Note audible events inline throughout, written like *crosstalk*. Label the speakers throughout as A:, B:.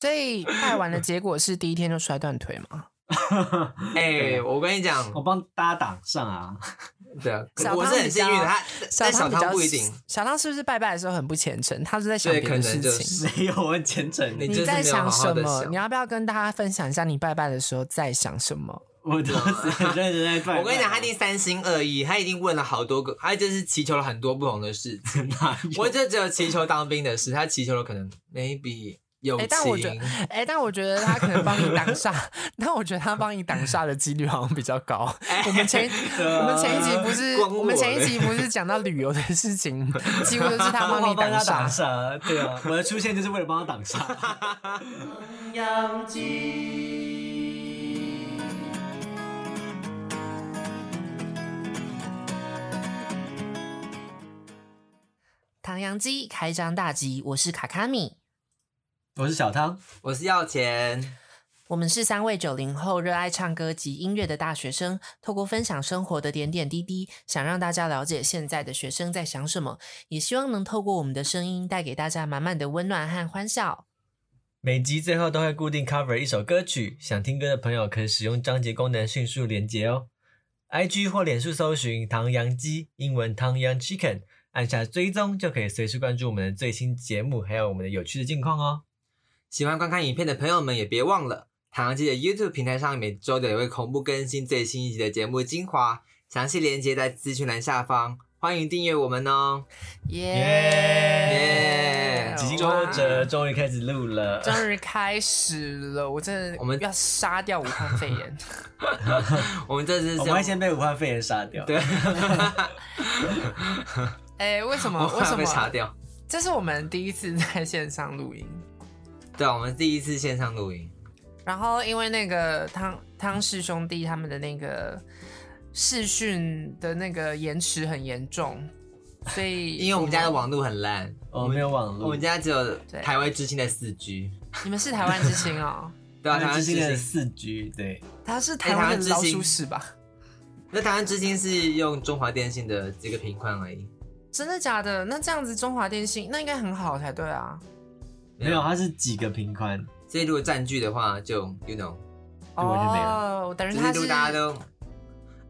A: 所以拜完的结果是第一天就摔断腿嘛？
B: *laughs* 哎、
A: 啊
C: 对
B: 我跟你讲，
A: *laughs*
C: 我帮大家挡上啊， *laughs*
B: 对啊
A: 小，汤
B: 我是很幸运
A: 比较
B: 的，他 *laughs* 但小
A: 汤比较
B: 汤不一定，
A: 小汤是不是拜拜的时候很不虔诚？他是在想
B: 对
A: 别的
B: 可能
A: 事
B: 就是
A: 情。
C: 谁有我很虔诚？
B: 你
A: 你
B: 真是
A: 在
B: 没有好好
A: 什
B: 地
A: 么？
B: 想
A: 你要不要跟大家分享一下你拜拜的时候在想什么？
C: 我都是很认真在拜拜。
B: 我跟你讲，他一定三心二意，他一定问了好多个，他就是祈求了很多不同
A: *laughs*
B: 的事情。
C: 哪有
B: 我就只有祈求当兵的事，他祈求了可能 maybe 友
A: 哎
B: 情，
A: 但我觉得哎、但我觉得他可能帮你挡
B: *laughs*
A: 煞，但我觉得他帮你挡煞的几率好像比较高。我们前我们前一集不是
B: 哎啊光我啊
A: 我们前一
B: 嘞
A: 集不是讲到旅游的事情，几乎都是他帮
B: *laughs*
C: 我
A: 你挡
C: 帮他挡
A: 煞。
C: 煞，对啊，我的出现就是为了帮他挡煞。
A: 唐扬鸡开张大吉，我是卡卡米，
C: *laughs* 我是小汤，
B: 我是要钱，
A: 我们是三位九零后热爱唱歌及音乐的大学生，透过分享生活的点点滴滴，想让大家了解现在的学生在想什么，也希望能透过我们的声音带给大家满满的温暖和欢笑。
C: 每集最后都会固定 cover 一首歌曲，想听歌的朋友可以使用章节功能迅速连接哦。IG 或脸书搜寻“唐扬鸡”，英文“唐扬 Chicken”，按下追踪就可以随时关注我们的最新节目，还有我们的有趣的近况哦。
B: 喜欢观看影片的朋友们也别忘了，唐人街的 YouTube 平台上每周都也会同步更新最新一集的节目精华，详细连接在资讯栏下方，欢迎订阅我们哦。
A: 耶
B: 耶！
C: 几经
A: 哇
C: 波折，终于开始录
A: *laughs*
C: 了。
A: 终于开始了，我真的
B: 我们
A: 要杀掉武汉肺
B: *laughs*
A: 炎。
B: 我们这次
C: 我
B: 是
C: 们会先被武汉肺炎杀掉。
B: 对，
A: 哎、为什
B: 我
A: 么？为
B: 怕
A: 什
B: 被查
A: 么？
B: 掉。
A: 这是我们第一次在线上录音，
B: 对，啊我们第一次线上录音，
A: 然后因为那个汤汤氏兄弟他们的那个视讯的那个延迟很严重，所以
B: *laughs* 因为我们家的网络很烂，
C: 我哦们没有网络，
B: 我们家只有
A: 对
B: 台湾之星的四 G，
A: *laughs* 你们是台湾之星哦，
B: 对啊，台
C: 台
B: 湾
C: 湾
B: 之
C: 之星
B: 星。
C: 的四 G，对，
A: 他是台湾的老鼠屎吧？
B: 那台湾之星是用中华电信的这个频宽而已，
A: 真的假的？那这样子中华电信那应该很好才对啊。
C: 没有，它是几个频宽，
B: 所以如果占据的话，就 you know，
C: 对完全没
A: 哦，等于
B: 就是
A: 他
B: 如
A: 是
B: 果大家都，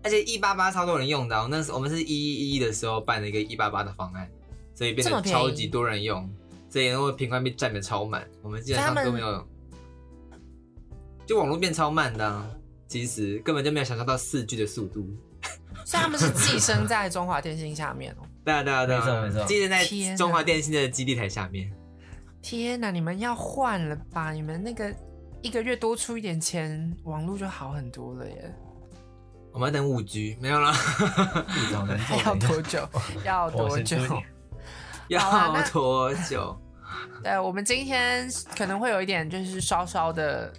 B: 而且一八八超多人用的哦、那时候我们是一一一的时候办了一个一八八的方案，所以变
A: 这么
B: 得
A: 便宜
B: 超级多人用，所以因为频宽被占的超满，我们基本上
A: 所以他们
B: 都没有，就网络变超慢的、啊，其实根本就没有享受到四 G 的速度。
A: 所以他们是寄生在中华电信下面哦。
B: 对啊对啊对啊，
C: 没错没错
B: 记得
A: 天
B: 在
A: 啊
B: 中华电信的基地台下面，
A: 天哪，你们要换了吧？你们那个一个月多出一点钱，网络就好很多了耶。
B: 我们要等五 G 没有 *laughs* 了，
C: 一直好难
A: 还
C: 做。
A: 要
C: *laughs*
A: 多久？要
C: 我
A: 多
C: 先
A: 久
C: 做一？
A: *laughs*
C: 点
A: 啊
B: 要
A: 那
B: 多久？
A: *laughs* 对，我们今天可能会有一点就是稍稍的，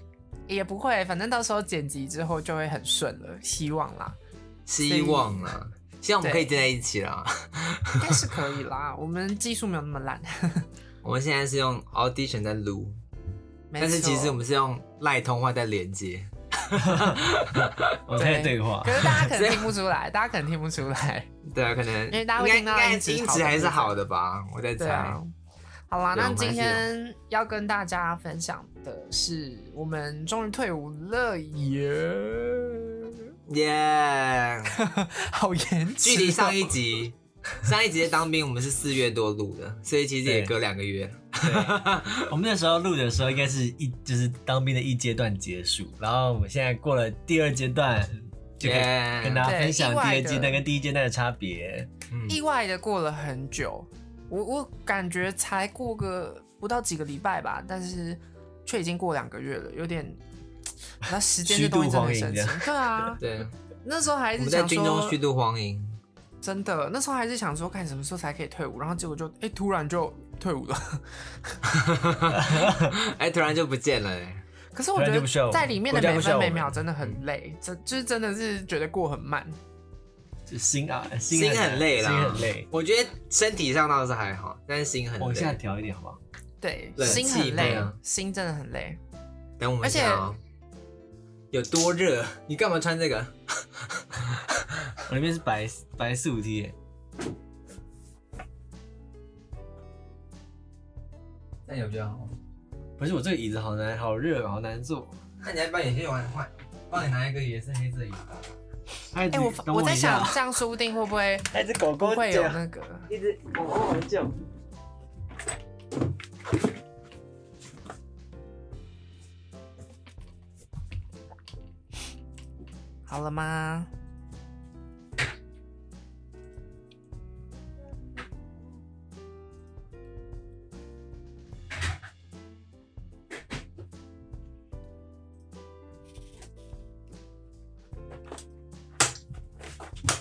A: 也不会，反正到时候剪辑之后就会很顺了，希望啦，
B: 希望啦，希望我们可以站在一起啦。
A: 应该是可以啦。我们技术没有那么烂，
B: 我们现在是用 Audition 在录，
A: 没
B: 但是
A: 错
B: 其实我们是用赖通话在连接。
C: 我们在对话
A: 可，是大家可能听不出来，大家可能听不出来，
B: 对啊，可能
A: 为
B: 应该
A: 大家会
B: 应
A: 听到
B: 该
A: 音质
B: 音
A: 好
B: 质
A: 的
B: 还
A: 部
B: 是
A: 分
B: 好的吧？我在
A: 对
B: 猜
A: *laughs* 啊。。好啦，
B: 对
A: 那
B: 我们
A: 今
B: 还是
A: 天要跟大家分享的是，我们终于退伍了耶！
B: 耶！
A: 好严
B: 距
A: 谨哦
B: 离上一集， *laughs* 上一集的当兵我们是四月多录的，所以其实也
C: 对
B: 隔两个月。
C: 对 *laughs* 我们那时候录的时候应该是一就是当兵的一阶段结束，然后我们现在过了第二阶段，就可以
B: 耶
C: 跟大家分享
A: 对意外
C: 第
A: 的
C: 二阶段跟第一阶段的差别。
B: 嗯
A: 意外的过了很久，我我感觉才过个不到几个礼拜吧，但是却已经过两个月了，有点。那时间这东西真的很神
C: 虚度
A: 奇，对啊，
B: 对，
A: 那时候还
B: 我
A: 是
B: 们在
A: 想
B: 军中
A: 说
B: 虚，度光阴。
A: 真的，那时候还是想说看什么时候才可以退伍，然后结果就哎、突然就退伍了。 *laughs*
B: *laughs* 哎，突然就不见了哎。
A: 可是我
C: 突然
A: 觉
C: 就不需要
A: 得
C: 我
A: 在里面的
C: 国家
A: 每
C: 不需要
A: 分
C: 我
A: 每
C: 们
A: 秒真的很累，真就是真的是觉得过很慢。
C: 就心啊，
B: 心
C: 心
B: 很累啦
C: 心很累。
B: 我觉得身体上倒是还好，但是心很
C: 往下
B: 累。
C: 调一点好不好？
A: 对，
B: 冷
A: 心
B: 气啊
A: 很累
B: 嘛，
A: 心真的很累。
B: 等我们
A: 而
B: 一
A: 且
B: 下哦。有多热？你干嘛穿这个？
C: 我那边是白白四五 T 耶。
B: 但有比较好。
C: 不是我这个椅子好难，好热，好难坐。
B: 那你要不要也先换换？帮你拿一个也是黑色的椅子吧。
C: 哎
A: 哎、我我在想，
B: *laughs*
A: 这样说不定会不会
C: 那只狗
A: 不
C: 狗
A: 会有那个？
C: 一直狗狗很久。
A: 好了吗？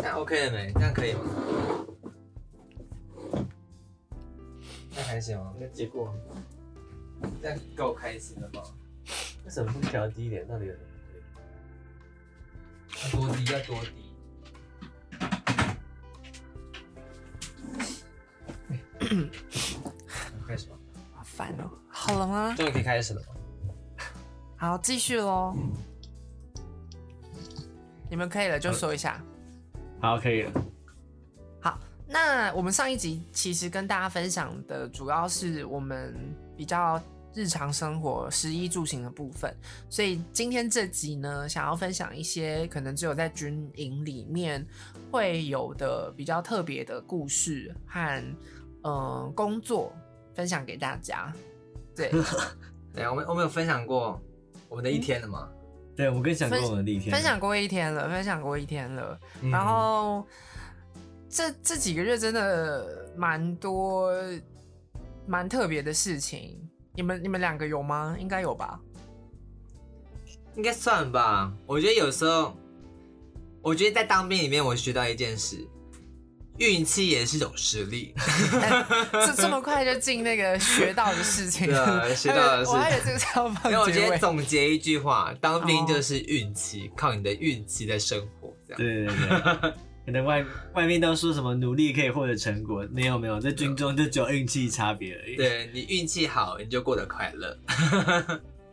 B: 那 OK 了没？这样可以吗？那还行哦吗？
C: 那结果
B: 这样够开心了吗？
C: 为什么不调低一点？到底有什么不
B: 要
C: 对？
B: 多低要多低。
C: 嗯
B: 开始吧，
A: 好烦哦、好了吗？
B: 终于可以开始了吗。
A: 好，继续喽。你们可以了就说一下。
C: 好，可以了。
A: 那我们上一集其实跟大家分享的主要是我们比较日常生活、食衣住行的部分，所以今天这集呢，想要分享一些可能只有在军营里面会有的比较特别的故事和呃工作，分享给大家。对，
B: 对，啊我们我们有分享过我们的一天了吗？
C: 对，我跟想过
A: 分
C: 我的那一天
A: 分享过一天了，分享过一天了。
B: 嗯
A: 然后这这几个月真的蛮多蛮特别的事情。你们你们两个有吗？应该有
B: *laughs*
A: 吧。
B: 应该算吧。我觉得有时候，我觉得在当兵里面，我学到一件事，运气也是种实
A: *laughs*
B: 力。
A: 哎这这么快就进那个学到的事情，
B: 对
A: *laughs* 我
B: 啊
A: 还以为
B: 学到的事
A: 我还以为这个是要放
B: 因为我
A: 结
B: 觉得
A: 尾。
B: 总结一句
A: 哦
B: 话，当兵就是运气，靠你的运气在生活。这样，
C: 对对对， *laughs* 可能外外面都说什么努力可以获得成果，没有没有，在军中就只有运气差别而已。，
B: 对你运气好，你就过得快乐。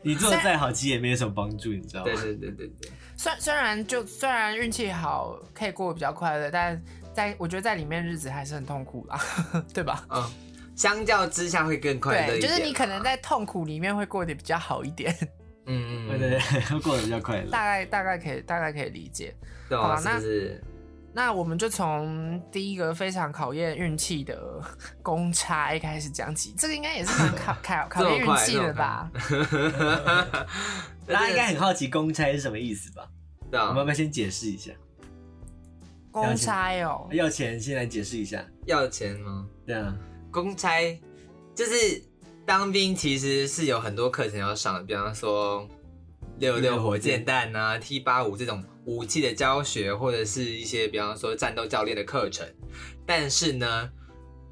C: 你做的再好，其实也没有什么帮助，你知
A: 哦
C: 道吗
B: 对？对对对对，
A: 虽虽然就虽然运气好，可以过得比较快乐，但在我觉得在里面日子还是很痛苦啦， *laughs* 对吧？
B: 嗯，相较之下会更快乐
A: 对，
B: 一
A: 就
B: 点
A: 是你可能
B: 啦，
A: 在痛苦里面会过得比较好一点，
B: 嗯
C: 对
B: 嗯，
C: 对对，过得比较快乐。
A: 大概大概可以大概可以理解。
B: 对
A: 好
B: 啊，
A: 啊
B: 是不是？
A: 那我们就从第一个非常考验运气的公差开始讲起，这个应该也是蛮考考考验运气的吧？
B: *laughs*
C: 大家应该很好奇公差是什么意思吧？
B: 对
C: 我们要
B: 啊，
C: 不要先解释一下？
A: 公差哦、
C: 要钱先来解释一下。
B: 要钱吗？
C: 对啊， *laughs*
B: 公差就是当兵，其实是有很多课程要上的，比方说六六火箭弹啊、T 八五这种武器的教学，或者是一些比方说战斗教练的课程。但是呢，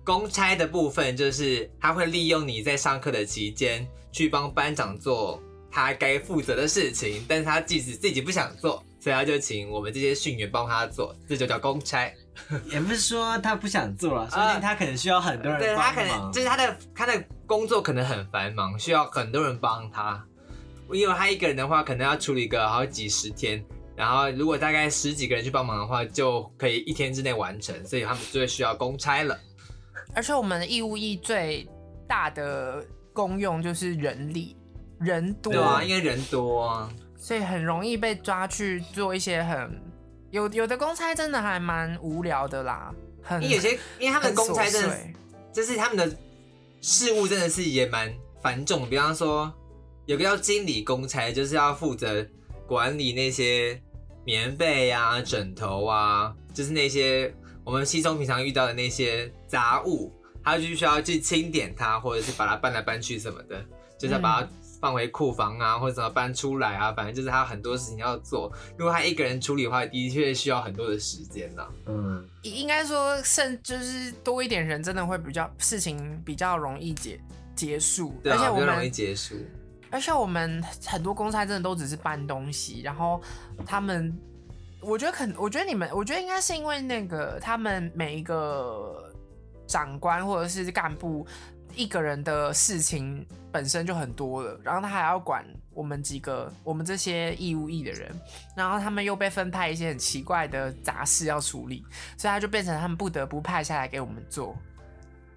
B: 公差的部分就是他会利用你在上课的期间去帮班长做他该负责的事情，但是他即使自己不想做，所以他就请我们这些训员帮他做，这就叫公差。
C: 也不是说他不想做啊了，说不定他可能需要很多
B: 对
C: 人
B: 他
C: 帮
B: 可能
C: 忙
B: 就。是他的他的工作可能很繁忙，需要很多人帮他。因为他一个人的话，可能要处理个好几十天，然后如果大概十几个人去帮忙的话，就可以一天之内完成，所以他们就会需要公差了。
A: 而且我们的义务役最大的功用就是人力，人多
B: 对，啊，因为人多啊，
A: 所以很容易被抓去做一些很有有的公差真的还蛮无聊的啦，很
B: 因为有些因为他们的公差真
A: 很琐
B: 的是
A: 碎
B: 就是他们的事务真的是也蛮繁重的，比方说有个叫经理公差，就是要负责管理那些棉被啊、枕头啊，就是那些我们稀松平常遇到的那些杂物，他就需要去清点它，或者是把它搬来搬去什么的，就是要把它放回库房啊，或者怎么搬出来啊，反正就是他有很多事情要做。如果他一个人处理的话，的确需要很多的时间呢、
C: 嗯，
A: 应该说，甚就是多一点人，真的会比较事情比较容易结结束，
B: 对
A: 而且
B: 啊，
A: 我
B: 比较
A: 们
B: 容易结束。
A: 而且我们很多公差真的都只是搬东西，然后他们，我觉得可能，我觉得你们，我觉得应该是因为那个他们每一个长官或者是干部一个人的事情本身就很多了，然后他还要管我们几个我们这些义务役的人，然后他们又被分派一些很奇怪的杂事要处理，所以他就变成他们不得不派下来给我们做。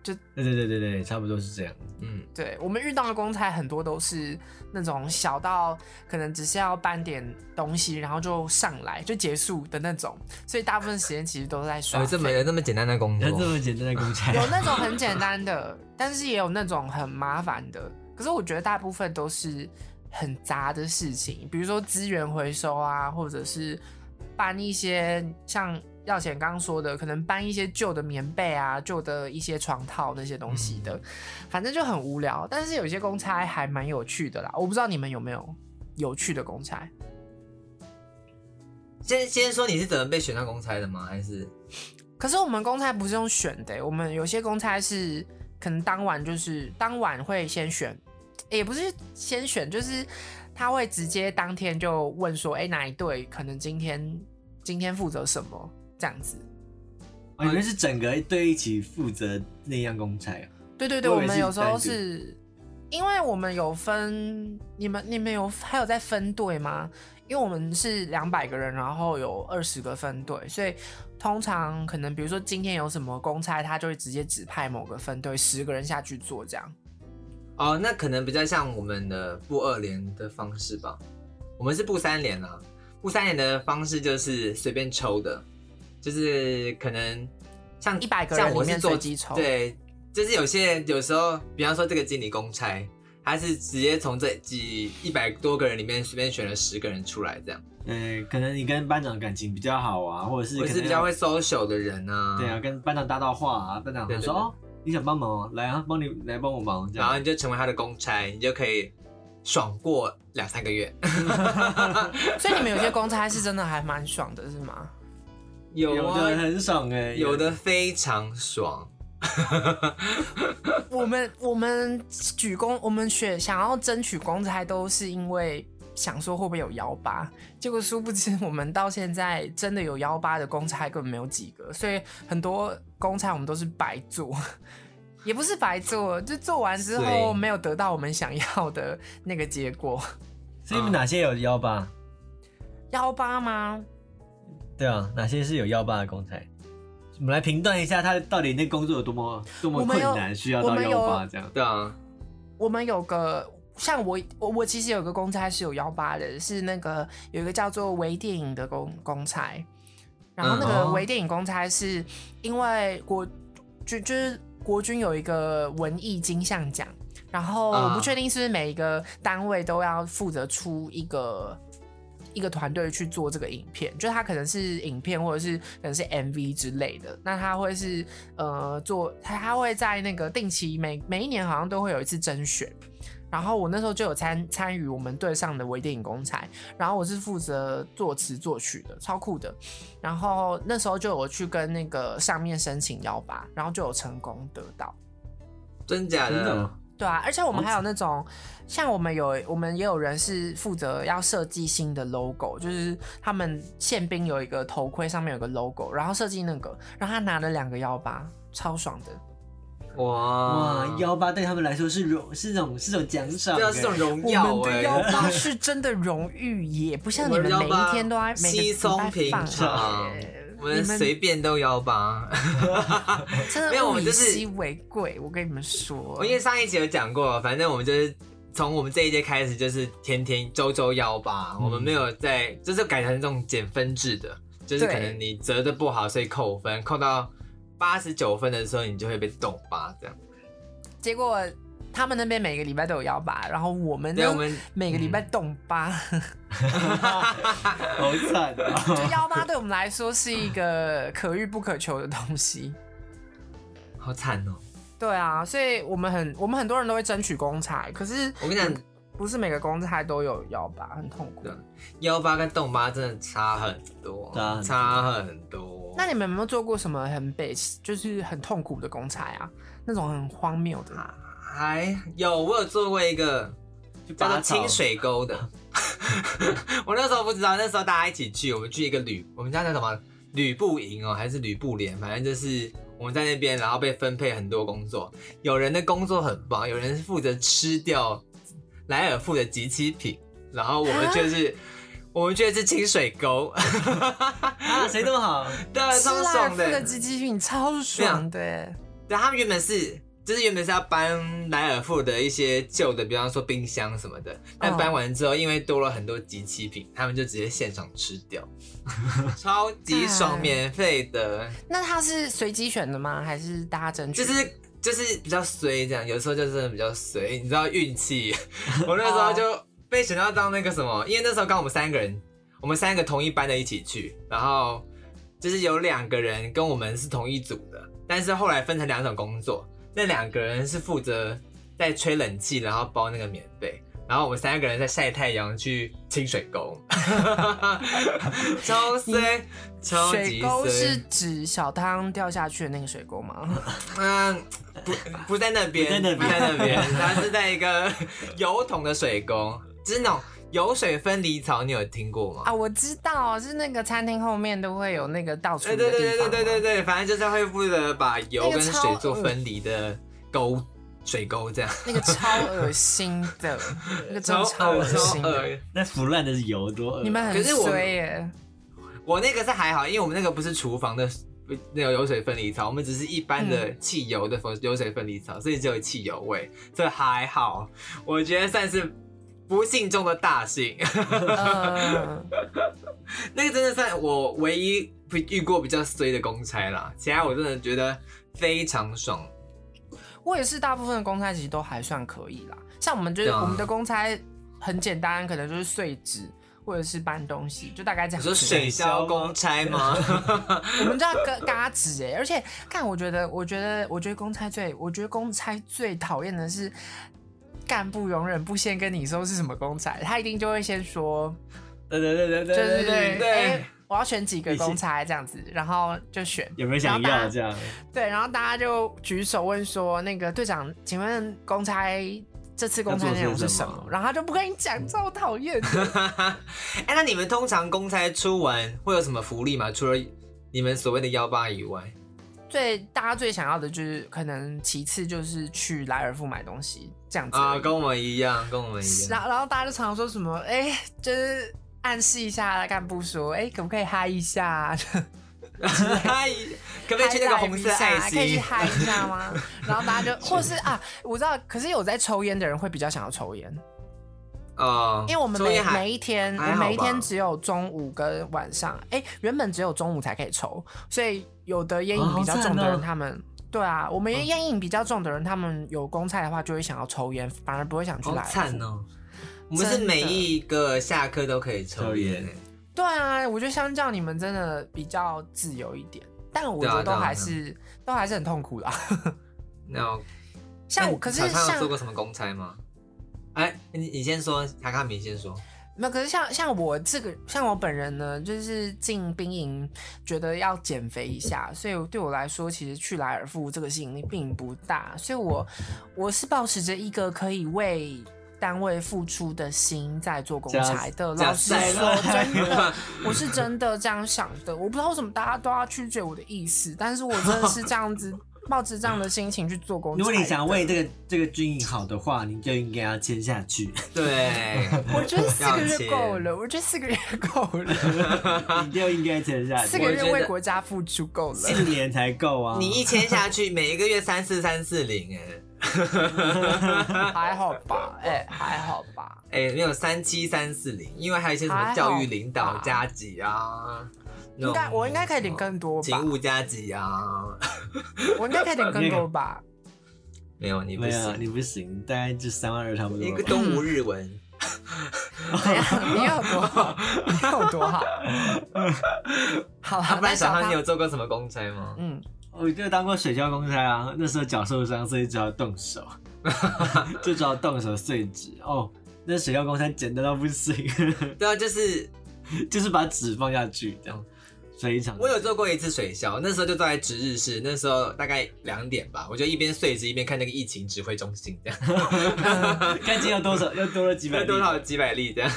D: 对对对对对，差不多是这样。
B: 嗯，
A: 对我们遇到的公差很多都是那种小到可能只是要搬点东西，然后就上来就结束的那种，所以大部分时间其实都在刷
B: 有哦这么
A: 费
B: 有这么简单的工
D: 那这
B: 作，
D: 么简单的公差，
A: 有那种很简单的，但是也有那种很麻烦的。可是我觉得大部分都是很杂的事情，比如说资源回收啊，或者是搬一些像耀贤刚刚说的，可能搬一些旧的棉被啊、旧的一些床套那些东西的，反正就很无聊。但是有些公差还蛮有趣的啦，我不知道你们有没有有趣的公差。
B: 先先说你是怎么被选上公差的吗？还是
A: 可是我们公差不是用选的欸、我们有些公差是可能当晚就是当晚会先选，也不是先选，就是他会直接当天就问说，哎、哪一队可能今天今天负责什么这样子。
D: 哦你们是整个队一起负责那样公差啊？
A: 对对对，
D: 我以
A: 我
D: 为
A: 们
D: 是
A: 有时候
D: 单队
A: 是，因为我们有分，你们你们有还有在分队吗？因为我们是两百个人，然后有二十个分队，所以通常可能比如说今天有什么公差，他就会直接指派某个分队十个人下去做这样。
B: 哦，那可能比较像我们的步二连的方式吧。我们是步三连啊，步三连的方式就是随便抽的，就是可能像
A: 100个人
B: 像我
A: 里
B: 是
A: 面
B: 做
A: 随机抽
B: 对，就是有些人有时候，比方说这个经理公差，他是直接从这几一百多个人里面随便选了十个人出来，这样
D: 呃，可能你跟班长感情比较好啊，或者是
B: 我
D: 可
B: 是
D: 能
B: 比较
D: 要
B: 会 social 的人啊，
D: 对啊，，跟班长搭到话啊，班长
B: 对
D: 想
B: 对
D: 说
B: 对
D: 哦，你想帮忙哦，来啊，帮你来帮我忙这
B: 然
D: 样
B: 后。你就成为他的公差，你就可以爽过两三个月。 *laughs*
A: 所以你们有些公差是真的还蛮爽的，是吗？
B: 有
D: 有
B: 啊
D: 的，很爽哎，
B: 有的非常爽。
A: 我们我们举公，我们选想要争取公差，都是因为想说会不会有幺八，结果殊不知我们到现在真的有幺八的公差根本没有几个，所以很多公差我们都是白做，也不是白做，就做完之后
B: 对
A: 没有得到我们想要的那个结果。
D: 所以你们哪些有幺八？
A: 幺八吗？
D: 对啊，哪些是有幺八的公差？我们来评断一下他到底那工作有多么多么
A: 我们
D: 困
A: 有
D: 难，需要
A: 我
D: 到
A: 们
D: 幺八
A: 有
D: 这样。
B: 对啊，
A: 我们有个像我我我其实有个公差是有幺八的，是那个有一个叫做微电影的公公差，然后那
D: 嗯
A: 个
D: 哦
A: 微电影公差是因为国就就是国军有一个文艺金像奖，然后我不
B: 嗯
A: 确定是不是每一个单位都要负责出一个。一个团队去做这个影片，就它可能是影片或者是可能是 MV 之类的。那它会是呃做，它它会在那个定期每每一年好像都会有一次甄选。然后我那时候就有参参与我们队上的微电影公才，然后我是负责作词作曲的，超酷的。然后那时候就有去跟那个上面申请幺八，然后就有成功得到。
B: 真假
D: 真的
C: 哦
B: 的
D: 吗？
A: 对啊，而且我们还有那种，像我们有我们也有人是负责要设计新的 logo，就是他们宪兵有一个头盔上面有个 logo，然后设计那个，然后他拿了两个幺八，超爽的。
B: 哇
D: 哇，幺八对他们来说是荣，是种是种奖赏欸。 *laughs*
B: 对啊，是种荣
A: 我
B: 耀
A: 们
B: 哎、
A: 的幺 *laughs* 八是真的荣誉耶，不像你们每一天都在每个
B: 稀
A: 礼
B: 松
A: 拜
B: 平
A: 放啊
B: 常
A: 耶，
B: 我
A: 你
B: 们随便都幺八。
A: 真
B: 没
A: 的
B: 有我
A: 物
B: 们
A: 以
B: 就是
A: 稀为贵，我跟你们说
B: *laughs* 我，因为上一集有讲过，反正我们就是从我们这一届开始就是天天周周幺八，我们没有在，就是改成这种减分制的，就是
A: 对
B: 可能你折的不好，所以扣分，扣到八十九分的时候，你就会被冻八这样。
A: 结果他们那边每个礼拜都有幺八，然后我们呢
B: 对，啊我们
A: 每个礼拜动八。
D: 好 *laughs* 惨啊！
A: 幺八对我们来说是一个可遇不可求的东西。
B: 好惨哦、
A: 对啊，所以我们很我们很多人都会争取公差，可是
B: 我跟你讲，
A: 不是每个公差都有幺八，很痛苦
B: 对。啊幺八跟冻八真的差很多，
D: 差很多
B: 差很多。
A: 那你们有没有做过什么很悲，就是很痛苦的公差啊？那种很荒谬的，
B: 啊还有我有做过一个叫做
D: 拔草啊
B: 清水沟的， *laughs* 我那时候不知道，那时候大家一起去，我们去一个旅，我们家叫什么旅部营哦，还是旅部连，反正就是我们在那边，然后被分配很多工作，有人的工作很棒，有人是负责吃掉莱尔富的集齐品，然后我们就是。我们去的是清水沟，
D: *laughs*
B: *laughs*
D: 啊，谁这么好？
B: 对，
A: 吃
B: 超
A: 拉尔
B: 爽
A: 夫
B: 的。
A: 的鸡鸡品超爽的欸、
B: 对，他们原本是。就是原本是要搬莱尔富的一些旧的，比方说冰箱什么的，但搬完之后，因为多了很多集齐品，他们就直接现场吃掉，超级爽，
A: 干
B: 免费的。
A: 那他是随机选的吗？还是大家争取？
B: 就是就是比较衰这样，有时候就真的比较衰，你知道运
A: *laughs*
B: 气。我那时候
A: 哦
B: 就被选到当那个什么，因为那时候刚好我们三个人，我们三个同一班的一起去，然后就是有两个人跟我们是同一组的，但是后来分成两种工作，那两个人是负责在吹冷气，然后包那个棉被。然后我们三个人在晒太阳去清水
A: *laughs*
B: 沟，超衰，超级
A: 水沟
B: 衰
A: 是指小汤掉下去的那个水沟吗？
B: 嗯，不不在那边，
D: 不在那边
B: 不在
D: *laughs*
B: 那边，它是在一个油桶的水沟，就是那种油水分离槽，你有听过吗？
A: 啊，我知道，是那个餐厅后面都会有那个倒出
B: 对
A: 的
B: 哎对
A: 地方。
B: 对对对对对对，反正就是会负责把油
A: 那个
B: 跟
A: 超
B: 水做分离的沟水沟这样，
A: 那个超恶心
B: *laughs*
A: 的，那个真的 *laughs* 超
B: 恶
A: 恶
B: 超
A: 心的。
B: 恶。
D: 那腐烂的油多恶
A: 你们
B: 可
A: 很
B: 是我
A: 衰耶！
B: 我那个是还好，因为我们那个不是厨房的那个油水分离槽，我们只是一般的汽油的分油水分离槽，所以只有汽油味，所以还好，我觉得算是不幸中的大幸。
A: 呃，
B: 那个真的算我唯一遇过比较衰的公差啦，其他我真的觉得非常爽。
A: 我也是，大部分的公差其实都还算可以啦。像我们就是
B: 对啊
A: 我们的公差很简单，可能就是碎纸或者是搬东西，就大概这样。
B: 你说水消公差吗？
A: *laughs* 我们叫嘎嘎子哎，而且看，我觉得，我觉得，我觉得公差最，我觉得公差最讨厌的是干部容忍不先跟你说是什么公差，他一定就会先说，
D: 对对对对对
A: 就是
B: 对对
A: 哎我要选几个公差这样子，然后就选
D: 有没有想要这样？
A: 对，然后大家就举手问说，那个队长，请问公差这次公差内容
D: 要做
A: 是什
D: 些什
A: 么
D: 么？
A: 然后他就不跟你讲，超讨厌的。 *laughs*
B: 哎、那你们通常公差出完会有什么福利吗？除了你们所谓的幺八以
A: *laughs*
B: 外，
A: 最大家最想要的就是，可能其次就是去莱尔富买东西这样子而
B: 啊，
A: 已
B: 跟我们一样，跟我们一
A: 然
B: 样。
A: 后然后大家就常说什么，哎、就是暗示一下干部说，哎、可不可以嗨一下啊？
B: *laughs* 嗨，可不可以去那个红色爱
A: *laughs* 可以去
B: 心？
A: 嗨一下
B: *laughs*
A: 吗？然后大家就，或是啊，我知道，可是有在抽烟的人会比较想要抽烟，
B: 哦，
A: 因为我们
B: 抽
A: 每
B: 烟还
A: 每一天，
B: 还
A: 我
B: 好吧
A: 每一天只有中午跟晚上，哎、原本只有中午才可以抽，所以有的烟瘾比较重的
D: 哦好
A: 人，
D: 赞哦
A: 他们。对啊，
B: 哦
A: 我们烟瘾比较重的人，他们有公菜的话就会想要抽烟，反而不会想去
B: 好
A: 来。
B: 惨哦。我们是每一个下课都可以
D: 抽
B: 抽烟欸
D: 烟，
A: 对啊，我觉得相较你们真的比较自由一点，但我
B: 对啊
A: 觉得都
B: 对啊
A: 还是、都还是很痛苦啦。
B: 那我
A: 像
B: 那
A: 我，
B: 你
A: 可是
B: 小康有
A: 像
B: 做过什么公差吗？哎，你你先说，卡卡米先说。
A: 没有，可是像像我这个像我本人呢，就是进兵营觉得要减肥一下，所以对我来说，其实去莱尔富这个吸引力并不大，所以我我是保持着一个可以为。单位付出的心在做公差的，
B: 假
A: 老实
B: 假
A: 说，
D: 赛
A: 真的，我是真的这样想的。我不知道为什么大家都要曲解我的意思，但是我真的是这样子，抱着这样的心情去做公差的。
D: 如果你想为这个这个军营好的话，你就应该要签下去，
B: *laughs* 对，
A: 我觉得四个
B: 要
A: 月
B: 钱
A: 够了，我觉得四个月够
B: *laughs*
A: 了，
D: 你就应该签下
A: 四
D: 去
A: 个。月
B: 我觉
A: 为
B: 得
A: 国家付出够了。
D: 四年才够啊！
B: 你一签下去，每一个月三四三四零，哎
A: 还好吧，哎、还好吧。
B: 哎，没有三七三四零，因为还有一些什么教育领导加级啊，
A: 应
B: 那种
A: 该我应该可以领更多吧
B: 勤，务加级啊，
A: 我应该可以领更多
B: *laughs*
A: 吧。
B: 没有你啊不
D: 没有
B: 行，
D: 你不行，大概就三万二差不
B: 一
D: 多
B: 个
D: 吧。
B: 都无日文，
A: 怎样？你有多好？你有多
B: *laughs*
A: 好？好
B: 啊，
A: 了，
B: 不
A: 那
B: 然小
A: 小
B: 康你
A: 康，
B: 有做过什么公差吗？
A: 嗯，
D: 哦我就当过水消公差啊，那时候脚受伤，所以只好动手，就只好动手碎纸哦。那水消公差简单到不行， *laughs*
B: 对啊，就是
D: 就是把纸放下去这样，非常。
B: 我有做过一次水消，那时候就坐在值日室，那时候大概两点吧，我就一边睡着一边看那个疫情指挥中心，这样
D: 看今天有多少，又多了几百
B: 有
D: 粒
B: *laughs* 多少几百例这样。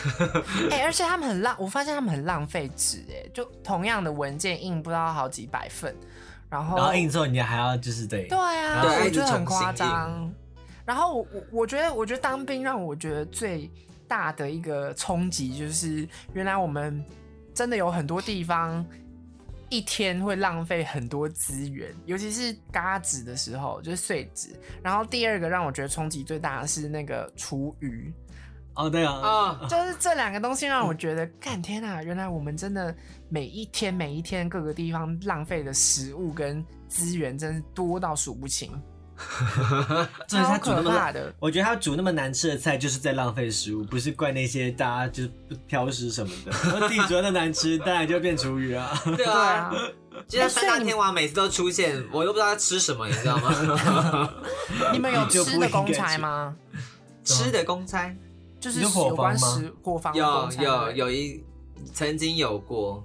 A: 哎、而且他们很浪，我发现他们很浪费纸，哎，就同样的文件印不知道好几百份，然后
D: 然后硬凑你还要就是得
A: 对啊，
B: 对
A: 我
B: 一直
A: 觉得很
B: 重
A: 夸
B: 新
A: 张。然后我我我觉得，我觉得当兵让我觉得最大的一个冲击就是，原来我们真的有很多地方一天会浪费很多资源，尤其是嘎子的时候，就是碎纸。然后第二个让我觉得冲击最大的是那个厨余，
D: 哦，对啊，
B: 啊，
A: 就是这两个东西让我觉得，干天啊！原来我们真的每一天每一天各个地方浪费的食物跟资源，真是多到数不清，
D: 重点是他
A: 超
D: 煮那
A: 可
D: 么
A: 怕
D: 烂。
A: 的。
D: 我觉得他煮那么难吃的菜，就是在浪费食物，不是怪那些大家就是不挑食什么的。我自己煮的那么难吃，当然就变厨余
B: *laughs*
D: 啊。
B: 对
A: 对啊
B: 啊，，就像三大天王每次都出现，我都不知道他吃什么，你知道 *laughs* 吗？
D: 啊
A: 啊你们有
D: 你就
A: 吃
D: 不
A: 的
D: 应
A: 公
D: 该
A: 差
D: 吃
A: 吗？
B: 吃的公差
A: 就是
D: 你说
A: 有关
D: 伙房吗
A: 食火房的公
B: 有
A: 差
B: 有
A: 对
B: 有一曾经有过，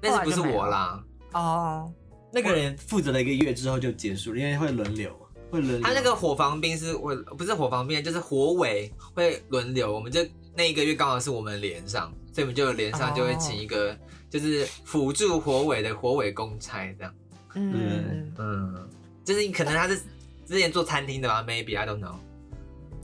B: 但是不是我啦？
A: 哦，
D: 那个人负责了一个月之后就结束了，因为会轮流，会轮流。
B: 他那个火防兵是我不是火防兵，就是火尾会轮流，我们就那一个月刚好是我们连上，所以我们就连上
A: 哦
B: 就会请一个就是辅助火尾的火尾公差这样，
A: 嗯，
B: 嗯，就是你可能他是之前做餐厅的吧，maybe I don't know，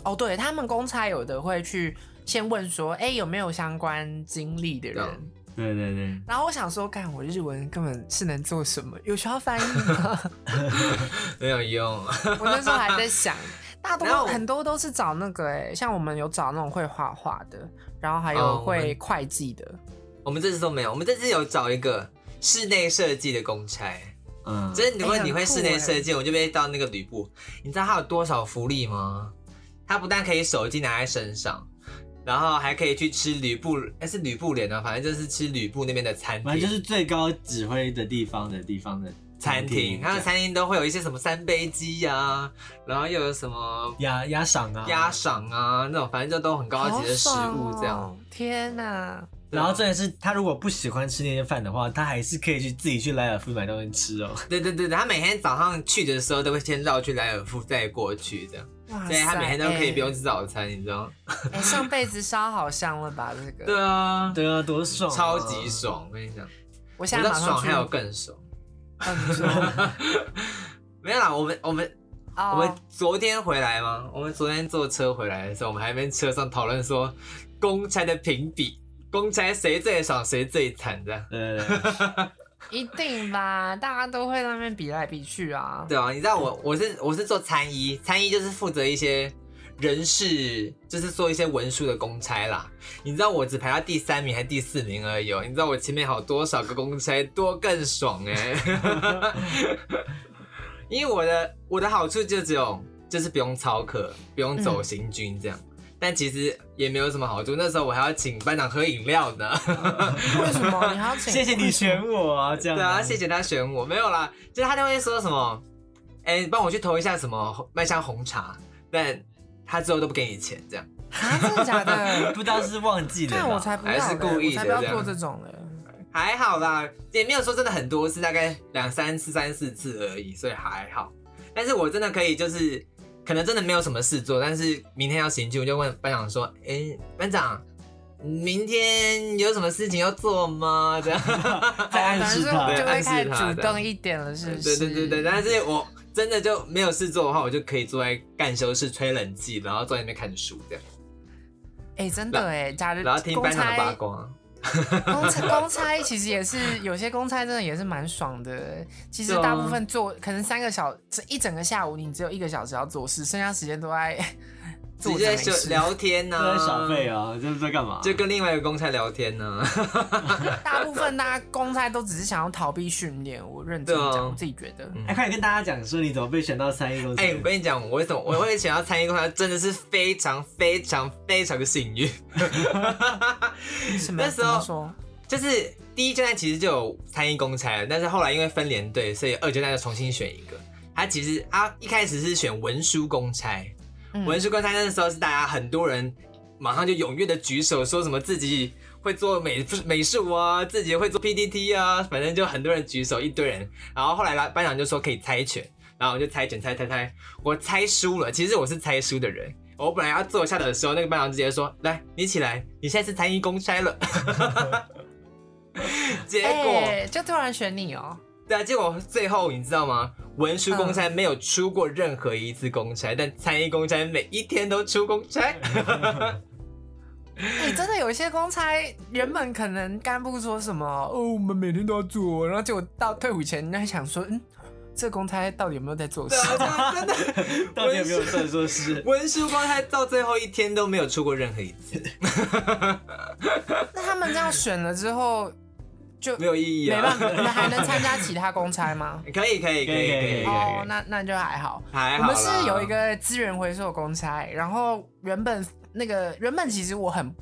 A: 哦，对他们公差有的会去先问说，哎、有没有相关经历的
B: 对啊
A: 人？
D: 对对对，
A: 然后我想说，看我日文根本是能做什么？有需要翻译吗？
B: 没有用， *laughs*
A: 我那时候还在想，大多
B: 然后
A: 很多都是找那个、哎，像我们有找那种会画画的，然后还
B: 哦
A: 有
B: 我
A: 会
B: 们
A: 会计的，
B: 我们这次都没有，我们这次有找一个室内设计的公差，
D: 嗯，
B: 真的，如果
A: 哎很
B: 你会
A: 酷
B: 室内
A: 哎
B: 设计，我就被到那个吕布。你知道他有多少福利吗？他不但可以手机拿在身上，然后还可以去吃吕布，哎、是吕布脸啊，反正就是吃吕布那边的餐
D: 反
B: 厅，
D: 正就是最高指挥的地方的地方的
B: 餐厅。他的
D: 这样
B: 餐厅都会有一些什么三杯鸡呀、然后又有什么
D: 鸭鸭赏啊，
B: 鸭赏啊那种，反正就都很高级的食物这样。
A: 好爽哦天哪！
D: 然后重点是他如果不喜欢吃那些饭的话，他还是可以去自己去莱尔夫买东西吃哦。
B: 对对对对，他每天早上去的时候都会先绕去莱尔富再过去这样，
A: 哇
B: 所以他每天都可以不用
A: 哎
B: 吃早餐，你知道吗？
A: 哎上辈子烧好香了吧？这个，
B: 对啊，
D: 对啊，多爽啊、
B: *laughs* 超级爽，我跟你讲。
A: 我
B: 我
A: 哦现
B: 知
A: 在
B: 道
A: 马上
B: 爽
A: 去
B: 还有更爽。 *laughs*
A: 啊你说
B: 没有啦，我们我们、
A: 哦
B: 我们昨天回来吗？我们昨天坐车回来的时候，我们还在车上讨论说公差的评比，公差谁最爽谁最惨的。
D: 对对对，
A: 一定吧，大家都会在那边比来比去啊。
B: 对啊，你知道我我是我是做餐医，餐医就是负责一些人事，就是做一些文书的公差啦。你知道我只排到第三名还第四名而已、哦，你知道我前面还有多少个公差，多更爽哎、因为我的我的好处就只有就是不用操课，不用走行军这样。但其实也没有什么好处，那时候我还要请班长喝饮料呢。
A: 为什么你还要
C: *laughs*
A: 请？
D: 谢谢你选我啊，这样、
B: 对啊，谢。谢他选我，没有啦，就是他就会说什么，哎、帮我去投一下什么麦香红茶，但他之后都不给你钱，这样
A: 啊，真的假的？
D: 不知道是忘记了吧，
A: 但我才不要嘞，
B: 还是故意的
A: 我才不要
B: 这样
A: 做这种嘞。
B: 还好啦，也没有说真的很多次，大概两三次、三四次而已，所以还好。但是我真的可以就是。可能真的没有什么事做，但是明天要行军，我就问班长说：“哎、班长，明天有什么事情要做吗？”这样，
C: *laughs*
D: 在暗示他
A: 反正
C: 啊
A: 就
B: 对啊
A: 会开
B: 暗示
A: 始
B: 他
A: 主动一点了，是不
B: 对
A: 是？
B: 对对对，但是我真的就没有事做的话，我就可以坐在干休室吹冷气，然后坐在那边看书这样，
A: 哎，真的哎，假如
B: 然后听
A: 公
B: 班长的八
A: 差，
B: 卦。
A: 公差公差其实也是有些公差真的也是蛮爽的。其实
B: 对啊
A: 大部分做可能三个小这一整个下午，你只有一个小时要做事，剩下时间都在
B: 直
A: 做着
B: 接
A: 没
B: 就
A: 事。
B: 聊天呢、
D: 都在耍废
C: 哦
D: 啊，这是在干嘛？
B: 就跟另外一个公差聊天
D: *laughs*
B: 呢、
A: 大部分大家公差都只是想要逃避训练，我认真
B: 对啊
A: 讲，我自己觉得。
B: 嗯
D: 哎，快点跟大家讲说你怎么被选到三一公司。
C: *laughs*
B: 哎、我跟你讲，我为什么我会想要参与公差，真的是非常非常非常的幸运。 *laughs*
A: 什么？
B: 那时
A: 怎么
B: 候
A: 说
B: 就是第一阶段其实就有参与公差了，但是后来因为分连队，所以二阶段就重新选一个。他其实他一开始是选文书公差，
A: 嗯
B: 文书公差那时候是大家很多人马上就踊跃的举手，说什么自己会做美美术啊，自己会做 PPT 啊，反正就很多人举手，一堆人。然后后来啦，班长就说可以猜拳，然后我就猜拳猜猜猜，我猜输了。其实我是猜输的人。我本来要坐下的时候，那个班长直接说：“来，你起来，你现在是参一公差了。” *laughs* 结果、
A: 哎就突然选你哦、
B: 对啊，结果最后你知道吗？文书公差没有出过任
A: *laughs*
B: 何一次公差，但参议公差每一天都出公差。
A: 哎、真的有一些公差原本可能干部说什么哦，我们每天都要做，然后结果到退伍前，你还想说，嗯，这公差到底有没有在做事？
B: 真的，
C: 到底有没有算作是？
B: 文书光他到最后一天都没有出过任何一次，
A: *laughs* 那他们这样选了之后，就
B: 没有意义
A: 没办
B: 啊。
A: 法，你们还能参加其他公差
B: *laughs*
A: 吗？
B: 可以可以可以可以，
C: 可以
A: 哦，那那就还好。
B: 还
A: 我
B: 好啦
A: 们是有一个资源回收公差，然后原本那个原本其实我很，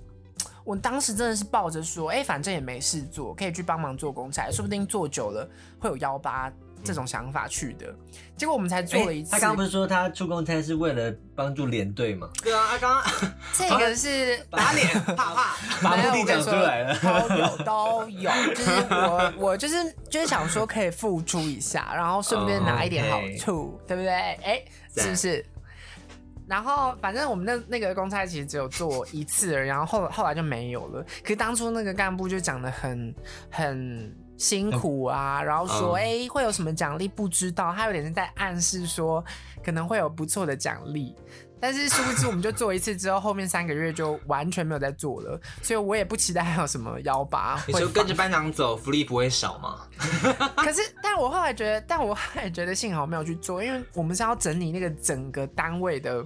A: 我当时真的是抱着说，哎、反正也没事做，可以去帮忙做公差，说不定做久了会有幺八这种想法去的。结果我们才做了一次，
C: 哎他刚刚不是说他出公差是为了帮助连队吗？
B: 对
A: 呃
B: 啊，他刚刚
A: 这个是
B: 打脸，怕怕。
C: *laughs* 把
A: *laughs* 没有
C: 目的
A: 我跟
C: 讲
A: 你
C: 出
A: 说
C: 来了。
A: 都有都有，
C: *laughs*
A: 就是我我就是就是想说可以付出一下，然后顺便拿一点好
C: 哦
A: 处，对不对？哎，
B: 赞
A: 是不是？然后反正我们那那个公差其实只有做一次而已，然后后后来就没有了。可是当初那个干部就讲的很很辛苦啊，然后说
B: 嗯
A: 哎、诶会有什么奖励不知道，他有点在暗示说可能会有不错的奖励。但是殊不知，我们就做一次之后，后面三个月就完全没有再做了，所以我也不期待还有什么幺八
B: 你
A: 会
B: 说
A: 放
B: 跟着。班长走，福利不会少吗？
A: 可是，但我后来觉得，但我后来觉得幸好没有去做，因为我们是要整理那个整个单位的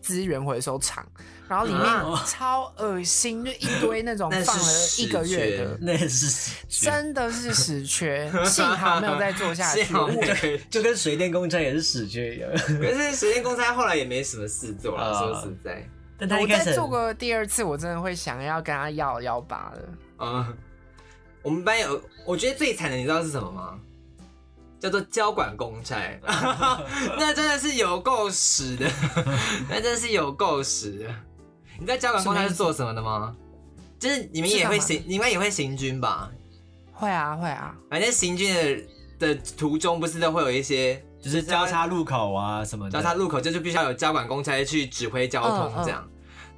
A: 资源回收厂，然后里面
C: 啊
A: 超恶心，就一堆那种
B: 那是
A: 放了一个月的
B: 屎，
C: *laughs* 那也是死绝
A: 真的是死缺。幸好没有再做下去
B: *laughs* 幸。好没有
A: 我
B: 对
C: 就跟水电工差也是死
A: *laughs*
C: 绝一样。
B: 可是时间公差后来也没什么事做了，
A: 呃
C: 啊
B: 说实在，
C: 但他一
A: 我
C: 开
A: 再
C: 始
A: 做过第二次，我真的会想要跟他要幺八了。
B: 嗯，我们班有，我觉得最惨的，你知道是什么吗？叫做交管公差，那真的是有够屎的，那真的是有够屎的。你知道交管公差是做什么的吗？就是你们也会
A: 是
B: 行，你们也会行军吧？
A: 会啊，会啊。
B: 反正行军的的途中不是都会有一些
C: 就是交叉路口啊什么的，
B: 交叉路口，这就必须要有交管公差去指挥交
A: 嗯
B: 通这样。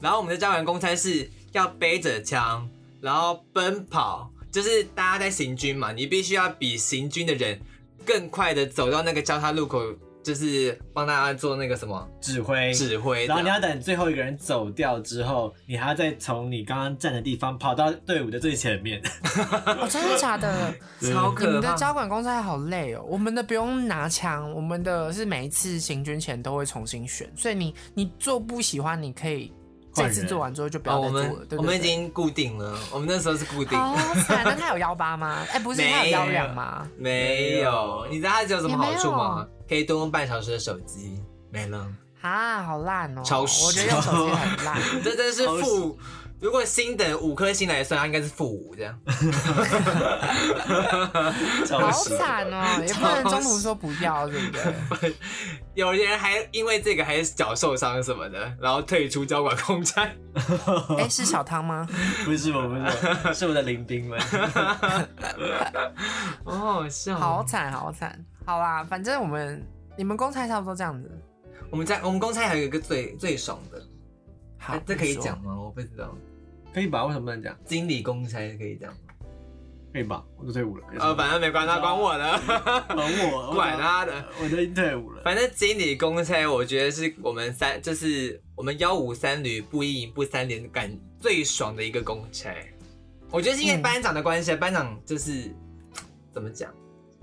B: 然后我们的交管公差是要背着枪，然后奔跑，就是大家在行军嘛，你必须要比行军的人更快的走到那个交叉路口，就是帮大家做那个什么
C: 指挥，
B: 指挥这
C: 然后你
B: 样。
C: 要等最后一个人走掉之后，你还要再从你刚刚站的地方跑到队伍的最前面。
A: 哦，真的假的？
B: 超
A: 你
B: 可
A: 们的
B: 怕！
A: 交管公差好累哦，我们的不用拿枪，我们的是每一次行军前都会重新选，所以你你做不喜欢，你可以这
C: 换人
A: 次做完之后就不
B: 哦，
A: 要
B: 我
A: 再做了，
B: 们
A: 对不对？哦
B: 我们已经固定了，我们那时候是固定
A: 好
B: 的，
A: 惨，那他有幺八
B: *laughs*
A: 吗？哎、不是，
B: 没有
A: 他有幺两吗？
B: 没有。你知道它只有什么好处吗？可以多用半小时的手机，没了。
A: 啊，好烂哦！
B: 超
A: 我觉
B: 屎
A: 得用手机很
B: *laughs*
A: 烂。
B: 这真是负。如果星等五颗星来算，它应该是负五这样。
C: 超
A: 好
C: 死
A: 惨哦，也不能中途说不要，对不对？
B: 有人还因为这个还脚受伤什么的，然后退出交管空战。
A: 哎、是小汤吗？
B: 嗯
C: 不是我，不是我，是我的林兵们。
B: 好好笑哦。
A: 好惨，好惨。好啦，反正我们你们公差差不多这
B: *laughs*
A: 样子。
B: 我们在我们公差还有一个最最爽的，
A: 好，
B: 哎这可以
A: 你说
B: 讲。吗？我不知道。
C: 可以吧？为什么不能讲？
B: 经理公差可以讲吗？
C: 可以吧？我都退伍了。
B: 呃，反正没关他，管我的，
C: 管我，我
B: 管他的。
C: 我都已经退伍
B: *laughs*
C: 了。
B: 反正经理公差，我觉得是我们三，就是我们幺五三旅不一营不三连感最爽的一个公差。我觉得是因为
A: 嗯
B: 班长的关系，班长就是怎么讲，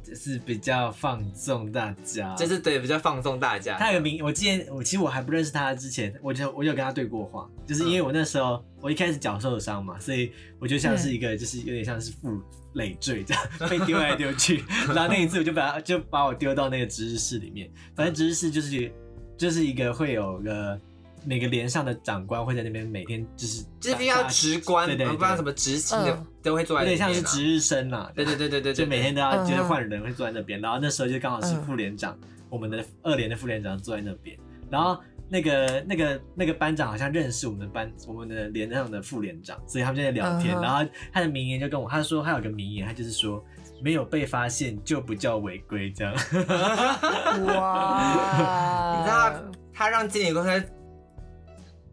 C: 就是比较放纵大家，
B: 就是对比较放纵大家。
C: 他有个名，我之前我其实我还不认识他之前，我就我有跟他对过话，就是因为我那时候我一开始脚受伤嘛，所以我就像是一个就是有点像是负累
B: *laughs*
C: 赘这样被丢来丢去，然后那一次我就把他就把我丢到那个值日室里面，反正值日室就是就是一个会有个每个连上的长官会在那边每天就是
B: 就是必须要直观，
C: 对对
B: 不
C: 对，
B: 知道什么执行的
A: 嗯
B: 都会坐在
C: 有
B: 里
C: 点
B: 面啊。
C: 像是值日生啦，
B: 对对对对对，
C: 就
B: 对
C: 每天都要
A: 嗯
C: 就是
A: 嗯
C: 换人会坐在那边，然后那时候就刚好是副连长，我们的二连的副连长坐在那边，然后那个那个那个班长好像认识我们的班我们的连上的副连长，所以他们就在聊天，
A: 嗯哼
C: 然后他的名言就跟我他说他有个名言，他就是说没有被发现就不叫违规这样， *laughs*
A: 哇！
B: 你知道
A: 嗯
B: 他他让经理公司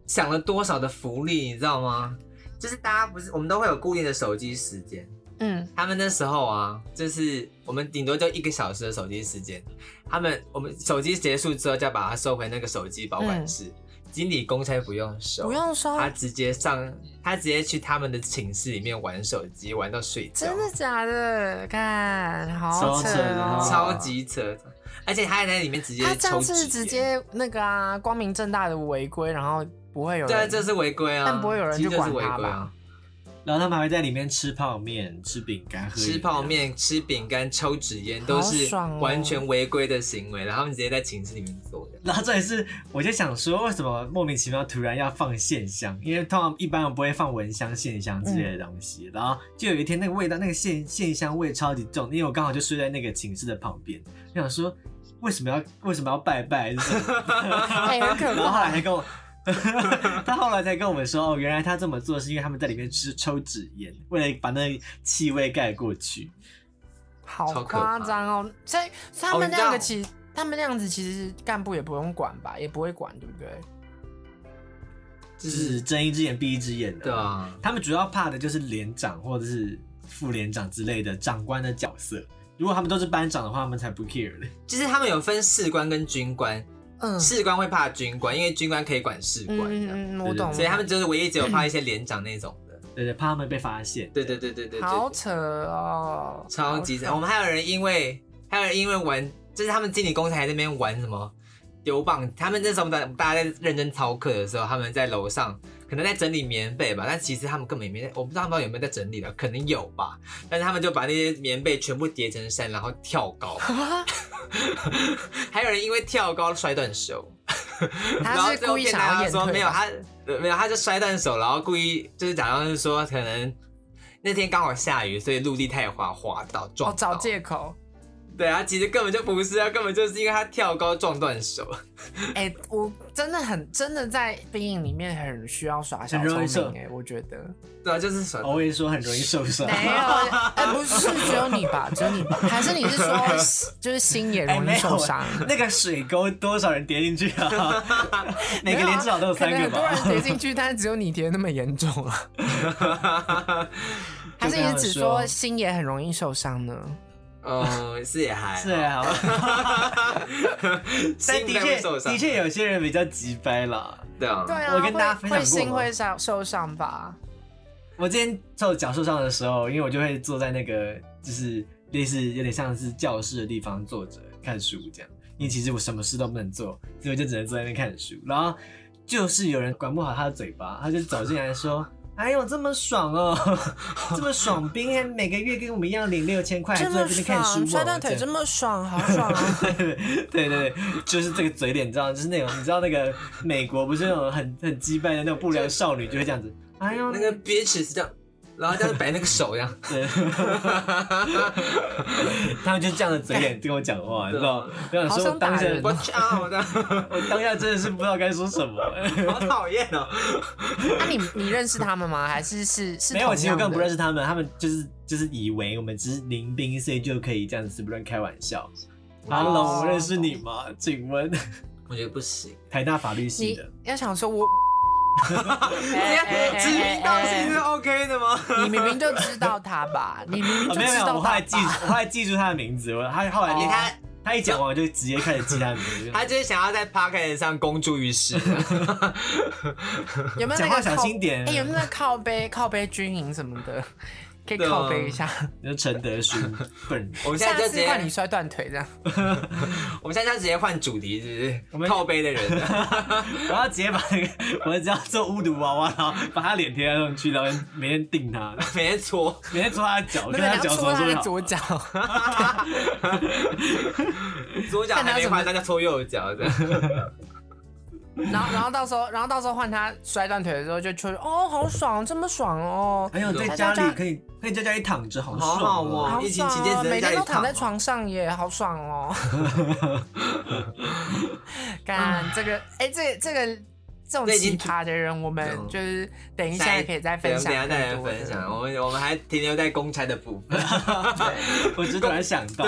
B: 想了多少的福利，你知道吗？就是大家不是我们都会有固定的手机时间，
A: 嗯，
B: 他们那时候啊，就是我们顶多就一个小时的手机时间，他们我们手机结束之后就要把它收回那个手机保管室。经理公差不用收，
A: 嗯不用收，
B: 他直接上，他直接去他们的寝室里面玩手机，玩到睡觉，
A: 真的假的？看，好
C: 超
A: 扯
C: 扯的
A: 哦！
B: 超级扯。而且他还在里面直接
A: 他这
B: 抽
A: 样
B: 纸
A: 是
B: 烟，
A: 直接那个啊，光明正大的违规，然后不会有人
B: 对啊，这是违规啊，
A: 但不会有人
B: 其实
A: 去
B: 这
A: 管
B: 是违
A: 他
B: 规啊
A: 吧。
C: 然后他们还会在里面吃泡面、吃饼干、喝饮料
B: 吃泡，面、吃饼干、抽纸烟
A: 好
B: 都是
A: 爽哦
B: 完全违规的行为，然后他们直接在寝室里面做的。
C: 然后这也是我就想说，为什么莫名其妙突然要放线香？因为通常一般人不会放蚊香、线香之类的东西。然后就有一天那个味道，那个线线香味超级重，因为我刚好就睡在那个寝室的旁边，我想说为什么要为什么要拜拜？就是
A: 哎很可怕
C: 然后后来才跟我。 *laughs* 他后来才跟我们说，哦，原来他这么做是因为他们在里面吃抽纸烟，为了把那个气味盖过去。
A: 好
B: 超可
A: 夸
B: 怕
A: 张哦！所以所以他
B: 哦
A: 们
B: 你
A: 那
B: 知道
A: 个其实他们那样子其实干部也不用管吧，也不会管，对不对？
B: 就
C: 就是
B: 是
C: 睁一只眼闭一只眼的。
B: 对啊，
C: 他们主要怕的就是连长或者是副连长之类的长官的角色。如果他们都是班长的话，他们才不 care 嘞。
B: 就是他们有分士官跟军官，
A: 嗯，
B: 士官会怕军官，因为军官可以管士官
A: 嗯
B: 这样，
A: 嗯嗯，
C: 对
A: 我
C: 对
A: 懂。
B: 所以他们就是唯一只有怕一些连长那种的。
C: 对对，怕他们被发现。
B: 对对对对对对，
A: 好
B: 对
A: 扯哦，
B: 超级惨。我们还有人因为，还有人因为玩，就是他们经理公司还在那边玩什么丢棒，他们那时候大大家在认真操课的时候，他们在楼上可能在整理棉被吧，但其实他们根本也没在，我不知道他们有没有在整理了，可能有吧，但是他们就把那些棉被全部叠成山，然后跳
A: *laughs*
B: 高， *laughs* 还有人因为跳高摔断手。 *laughs* 然
A: 他
B: 后
A: 是
B: 最后
A: 故意
B: 骗
A: 想要
B: 大家
A: 演
B: 说
A: 退
B: 没有
A: 吧，
B: 他呃没有他就摔断手，然后故意就是假装是说可能那天刚好下雨，所以陆地太滑滑到撞
A: 哦，
B: 到。
A: 找借口。
B: 对啊，其实根本就不是啊，根本就是因为他跳高撞断手。
A: 哎、我真的很真的在兵营里面很需要耍小
C: 很
A: 聪
C: 容易受
A: 明哎、我觉得
B: 对啊，就是手。
C: 我也说很容易受伤。 *laughs*
A: 没有哎、不是只有你吧，只有你吧，还是你是说就是心 *laughs* 也 *laughs*
C: 啊哎，
A: 容易
C: 没有
A: 受伤？
C: 那个水沟多少人跌进去啊？每
A: 没
C: 个
A: 有
C: 连
A: 啊
C: 至少都有
A: 可
C: 三
A: 能
C: 个
A: 很多人
C: 吧。
A: 跌进去，但是只有你跌那么严重
C: *laughs*
A: 啊？还是你是指说心也很容易受伤呢？
B: *laughs* 嗯，是也还好
C: 是，啊，但
B: 心
C: 的
B: 应该会
C: 确
B: 受伤
C: 的确有些人比较急掰啦。
B: 对啊，
A: 对啊，
C: 我跟大家
A: 会
C: 分享
A: 会
C: 过
A: 心
C: 吗
A: 会受受伤吧？
C: 我之前受脚受伤的时候，因为我就会坐在那个就是类似有点像是教室的地方坐着看书这样，因为其实我什么事都不能做，所以我就只能坐在那边看书。然后就是有人管不好他的嘴巴，他就走进来说。哎呦，这么爽哦，这么爽兵，还每个月跟我们一样领六千块，还
A: 这
C: 坐在
A: 么
C: 这边看书、
A: 爽，
C: 哦，
A: 摔 *laughs* 断腿
C: 这
A: 这
C: 样
A: 么爽，好爽啊！
C: *laughs* 对对对，就是这个嘴脸，你知道，就是那种你知道那个美国不是那种很很击败的那种不良少女，就会这样子。哎呦，
B: 那个 bitch 是这样，然后这样摆那个手这样。 *laughs*
C: 对， *laughs* 他们就这样的嘴脸跟我讲话，你知道吗？我想
A: 好
C: 说，
A: 想
C: 我当
A: 打
C: 下
A: 人
C: 我
A: 哦
B: 我操！我的，
C: 我当下真的是不知道该说什
A: *laughs*
C: 么。
B: 好讨厌哦。
A: 那、啊你你认识他们吗？还是是是
C: 没有，
A: 同
C: 其实我
A: 样
C: 根本不
A: 的
C: 认识他们，他们就是就是以为我们只是临兵，所以就可以这样子不乱开玩笑。Hello，我认识你吗？请问 *laughs*
B: 我觉得不行，
C: 台大法律系
A: 你
C: 的，
A: 要想说我，
C: *laughs*
A: 哎
B: 这样指名道姓是 OK 的吗？
A: 你明明就知道他吧，你明明
C: 啊
A: 就
C: 没有没
A: 知
C: 有，
A: 道
C: 我后
A: 他
C: 来记，
A: 吧。哦
C: 我后来记住他的名字，我他后来
B: 你
C: 他
B: 看。
C: 他一讲完我就直接开始记他的名字，
B: 他就是想要在 p o c k e t 上公诸于世。
A: 有没有那
C: 讲
A: 个
C: 话小
A: 靠
C: 心点
A: 哎、有没有那靠背靠背军营什么的，可以
B: 对啊
A: 靠背一下？
C: 就陈
A: *laughs*
C: 德勋本人。
B: 我们现
A: 下
B: 在就直
A: 次换你
B: 接，
A: 摔断腿这样。
B: 我们现在就直接换主题，是不是？
C: 我们
B: 靠背的人，
C: *laughs*
B: 啊
C: *laughs* 我要直接把那个，我只要做巫毒娃娃，然后把他脸贴上去，然后每天定他，
B: 每天搓，
C: 每天戳他的脚，
A: 没
C: 跟
A: 有，你
C: 他
A: 要
C: 脚
A: 戳
C: 说
A: 他
C: 说
A: 的
C: 好。
A: 左脚，
B: *laughs* 左脚还没换，那就搓右脚的。
A: *laughs* *laughs* 然后然后到时候然后到时候换他摔断腿的时候就戳哦，好爽，这么爽哦。
C: 还有哎在家里可以可以在家里躺着，好爽、
B: 好好
C: 哦
B: 哦
A: 好
B: 疫情
A: 爽
B: 期间
A: 哦！
B: 只能
A: 每
B: 在
A: 天
B: 家
A: 都
B: 里
A: 躺在
B: 躺哦
A: 床上耶，好爽
B: *laughs*
A: 哦！干这个，哎、这个这个这种
B: 这已经
A: 奇葩的人，我们
B: 嗯
A: 就是等一下可以再分享
B: 对我们等一下再
A: 更
B: 来
A: 多的。
B: 分享。哦我们我们还停留在公差的部
A: *laughs*
B: 分。
C: 我只是突然想到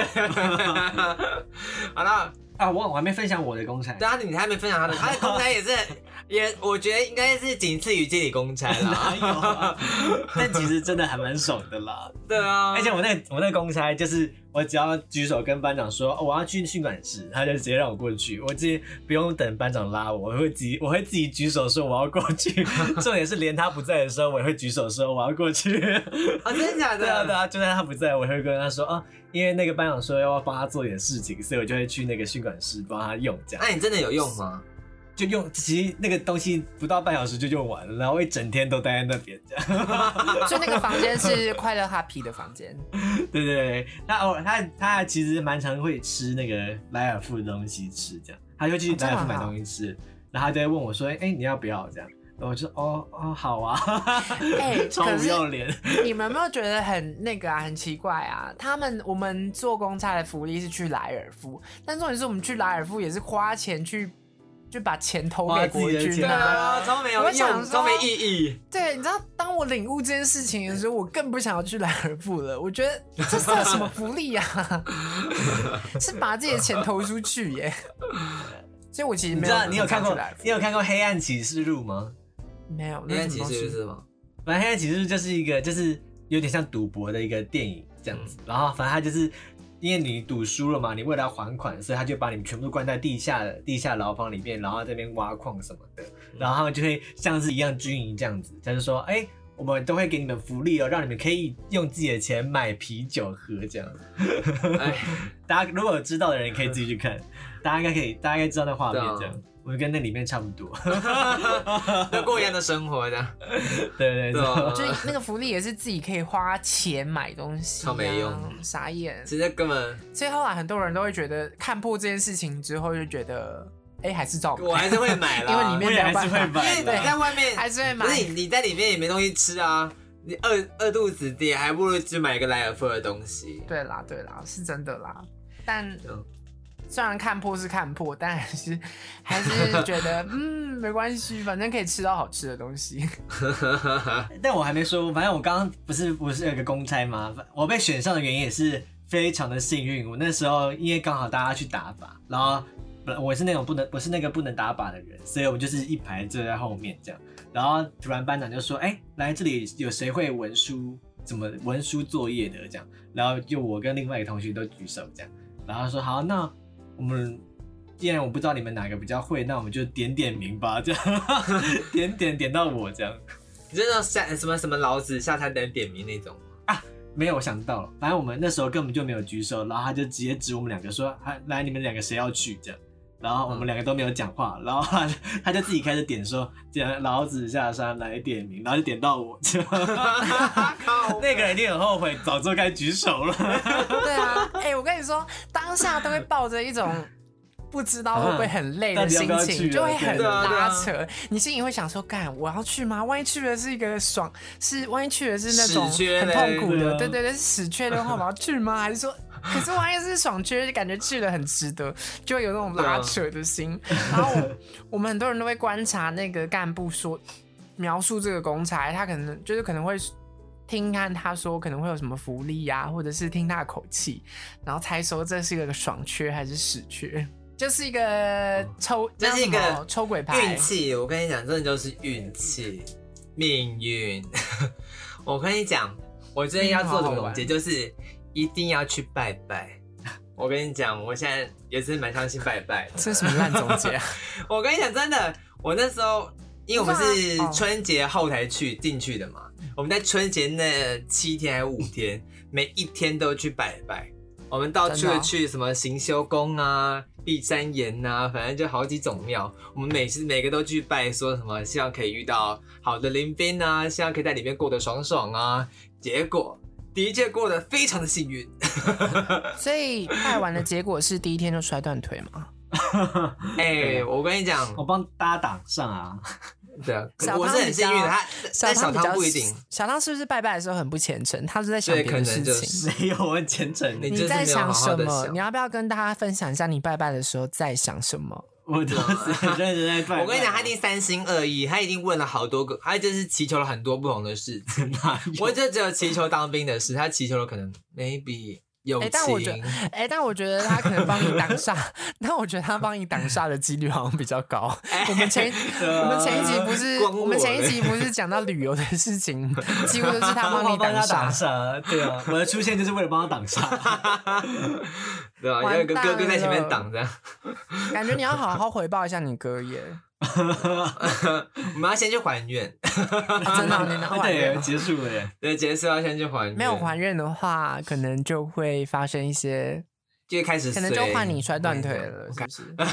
B: 好了，
C: 啊，我我还没分享我的公差，
B: 对啊，你还没分享他的，他的公差也是， *laughs* 也我觉得应该是仅次于经理公差
C: *laughs* 哪有、
B: 啦。
C: 啊？但其实真的还蛮爽的啦。
B: 对啊，
C: 而且我那我那公差就是我只要举手跟班长说、哦我要去训管室，他就直接让我过去，我直接不用等班长拉我，我会自己我会自己举手说我要过去。 *laughs* 重点是连他不在的时候，我也会举手说我要过去。
B: 啊，真的假
A: 嗯
C: 对啊对
B: 的？
C: 啊，就算他不在，我也会跟他说啊，因为那个班长说要帮他做点事情，所以我就会去那个训管室帮他用这样
B: 那。
A: 哎
B: 你真的有用吗？
C: 就用，其实那个东西不到半小时就用完了，然后一整天都待在那边
A: *laughs*
C: 这样。
A: 所以那个房间是快乐 happy 的房间，
C: 对对对，他偶尔他他其实蛮常会吃那个莱尔富的东西吃这样，他就去
A: 哦真
C: 莱
A: 的
C: 尔富买
A: 啊
C: 东西吃，然后他就会问我说：“哎、你要不要？”这样，然后我就说：“哦哦，好啊。
A: *laughs* 哎
C: *laughs* 超
A: 可
C: 不
A: 是
C: 要脸。
B: *laughs*
A: 你们有没有觉得很那个啊，很奇怪啊？他们我们做公差的福利是去莱尔夫，但重点是我们去莱尔夫也是花钱去，就把钱投
C: 花
A: 给
C: 自己
A: 国
C: 的
A: 军
C: 钱
B: 对
A: 啊。
B: 啊，超没有
A: 我想
B: 用，
A: 说
B: 超没意义。
A: 对，啊你知道，当我领悟这件事情的时候，我更不想要去莱尔富了。我觉得这算什么福利
C: *laughs*
A: 啊？是把自己的钱投出去耶。所以我其实
C: 你
A: 没
C: 知
A: 有
C: 道你有看过
A: 很常去莱尔夫
C: 你有看过《黑暗骑士录》吗？
A: 没有？那
B: 因
A: 是
B: 为
A: 什
B: 其
A: 么东
B: 实
A: 西
B: 是吗？
C: 反正《黑暗骑士》就是一个就是有点像赌博的一个电影这样子，然后反正他就是。因为你赌输了嘛，你为了要还款，所以他就把你们全部都关在地下地下牢房里面，然后在那边挖矿什么的，然后他们就会像是一样军营这样子，他就说，哎、我们都会给你们福利哦，让你们可以用自己的钱买啤酒喝这样。
B: 哎，
C: 大家如果有知道的人可以自己去看，大家应该可以，大家应该知道那画面这
B: 对啊
C: 样，我跟那里面差不多。 *laughs*
B: 要过一样的生活的，
C: 对
B: 对
C: 对对，
B: 啊，
A: 就是那个福利也是自己可以花钱买东西、啊，
B: 超没用
A: 傻眼。
B: 其实根本
A: 所以后啊来很多人都会觉得看破这件事情之后，就觉得哎、还是照买
B: 我还是会买啦，
A: *laughs* 因为里面
C: *laughs* 我也还是会
B: 因为
C: 买
B: 你
C: 的。啊
B: 在外面，
A: 还是会买
B: 不。是你你在里面也没东西吃啊，你饿饿肚子跌，还不如去买一个莱尔富的东
C: *laughs*
B: 西。
A: 对啦，对啦，是真的啦。但
B: 嗯
A: 虽然看破是看破，但还是还是觉得嗯没关系，反正可以吃到好吃的东西。
C: *laughs* 但我还没说，反正我刚刚不是不是有个公差吗？我被选上的原因也是非常的幸运。我那时候因为刚好大家去打靶，然后本来我是那种不能我是那个不能打靶的人，所以我就是一排坐在后面这样。然后突然班长就说：“哎、来这里有谁会文书怎么文书作业的？”这样，然后就我跟另外一个同学都举手这样，然后说：“好，那我们。”既然我不知道你们哪个比较会，那我们就点点名吧，这样 *laughs* 点点点到我这样。
B: 你知道下什么什么老子下餐等点名那
C: *laughs*
B: 种吗？
C: 没有我想到了，反正我们那时候根本就没有举手，然后他就直接指我们两个说：“还来，你们两个谁要去？”这样，然后我们两个都没有
B: *laughs*
C: 讲话，然后他就他就自己开始点说：“这样老子下山来点名。”然后就点到我，
B: *laughs*
C: 这样
B: 靠
C: 那个人一定很后悔，早知道该举手了。
A: *laughs* 对啊，哎、我跟你说，当下都会抱着一种。不知道会不会很累的心
C: 到底要不要去
A: 情，
C: 啊
A: 就会很
B: 对啊对啊
A: 拉扯。你心里会想说：“干，我要去吗？万一去了是一个爽，是万一去了是那种
B: 死缺
A: 很
B: 嘞
A: 痛苦
C: 对
A: 的，
C: 啊
A: 对对对，是死缺的话，我要去
C: *laughs*
A: 吗？还是说，可是万一是爽缺，就感觉去了很值得，就会有那种拉扯的心。
C: *laughs*
A: 然后我我们很多人都会观察那个干部说描述这个公差，他可能就是可能会听看他说可能会有什么福利呀、或者是听他的口气，然后猜说这是一个爽缺还是屎缺，就是一个抽，
B: 哦这是一个
A: 那叫什么抽鬼牌
B: 运。气，我跟你讲，真的就是运气，命运。 *laughs* 我跟你讲，我最近要做的总结就是一定要去拜拜。我跟你讲，我现在也是蛮相信拜拜的。
A: 这是什么烂总
B: *laughs*
A: 结啊？
B: 我跟你讲，真的，我那时候因为我们是
A: 哇哦
B: 春节后才去进去的嘛，我们在春节那七天还是五天，每一天都去拜拜。我们到处
A: 真的哦
B: 去什么行修宫啊、碧山岩呐、反正就好几种庙。我们每次每个都去拜，说什么希望可以遇到好的林兵啊，希望可以在里面过得爽爽啊。结果的确过得非常的
A: *laughs*
B: 幸运，
A: 所以拜完的结果是第一天就摔断腿嘛？
B: 哎、
C: 对啊
B: 我跟你讲，
C: 我帮大家挡上啊，
B: 对啊，
A: 小
B: 我是
A: 汤
B: 很
A: 比
B: 幸运的，
A: 较
B: 他但小
A: 汤比
B: 汤
A: 较
B: 不一定。
A: 小汤是不是拜拜的时候很不虔诚？他是在想
B: 对
A: 别的
B: 可
A: 事
B: 能就
A: 情。
B: 是
C: 谁有我虔诚？
A: 你
B: 你就是
A: 在
B: 没有好好
A: 什
B: 地
A: 么？
B: 想
A: 你要不要跟大家分享一下你拜拜的时候在想什么？
C: 我都是很认真在拜拜。
B: 我跟你讲，他一定三心二意，他已经问了好多个，他就是祈求了很多不同的事情。
C: 哪有
B: 我就只有祈求当兵的事，他祈求了可能 maybe 友
A: 哎但我觉得
B: 情，
A: 哎、但我觉得他可能帮你挡煞， *laughs* 但我觉得他帮你挡煞的几率好像比较高。我们前我们前一集不是
B: 光我
A: 我们前一
B: 嘞
A: 集不是讲到旅游的事情，几乎都是他
C: 他
A: 帮你挡
C: 他
A: 煞
C: 挡。煞，
B: *laughs*
C: 对啊，我的出现就是为了帮他挡煞。
B: *laughs* 对啊，
A: 完
B: 要有一个哥哥在前面
A: 蛋
B: 挡着，
A: 感觉你要好好回报一下你哥耶，
B: 我们要先去还愿，
A: 真的，哦你能还愿
C: *laughs* 对，
A: 吗？
C: 结束了耶。
B: 对，结束要先去还愿，
A: 没有还愿的话，可能就会发生一些，
B: 就开始
A: 可能就
B: 随
A: 换你摔断腿
B: 我
A: 了，
B: 跟
A: 是不是？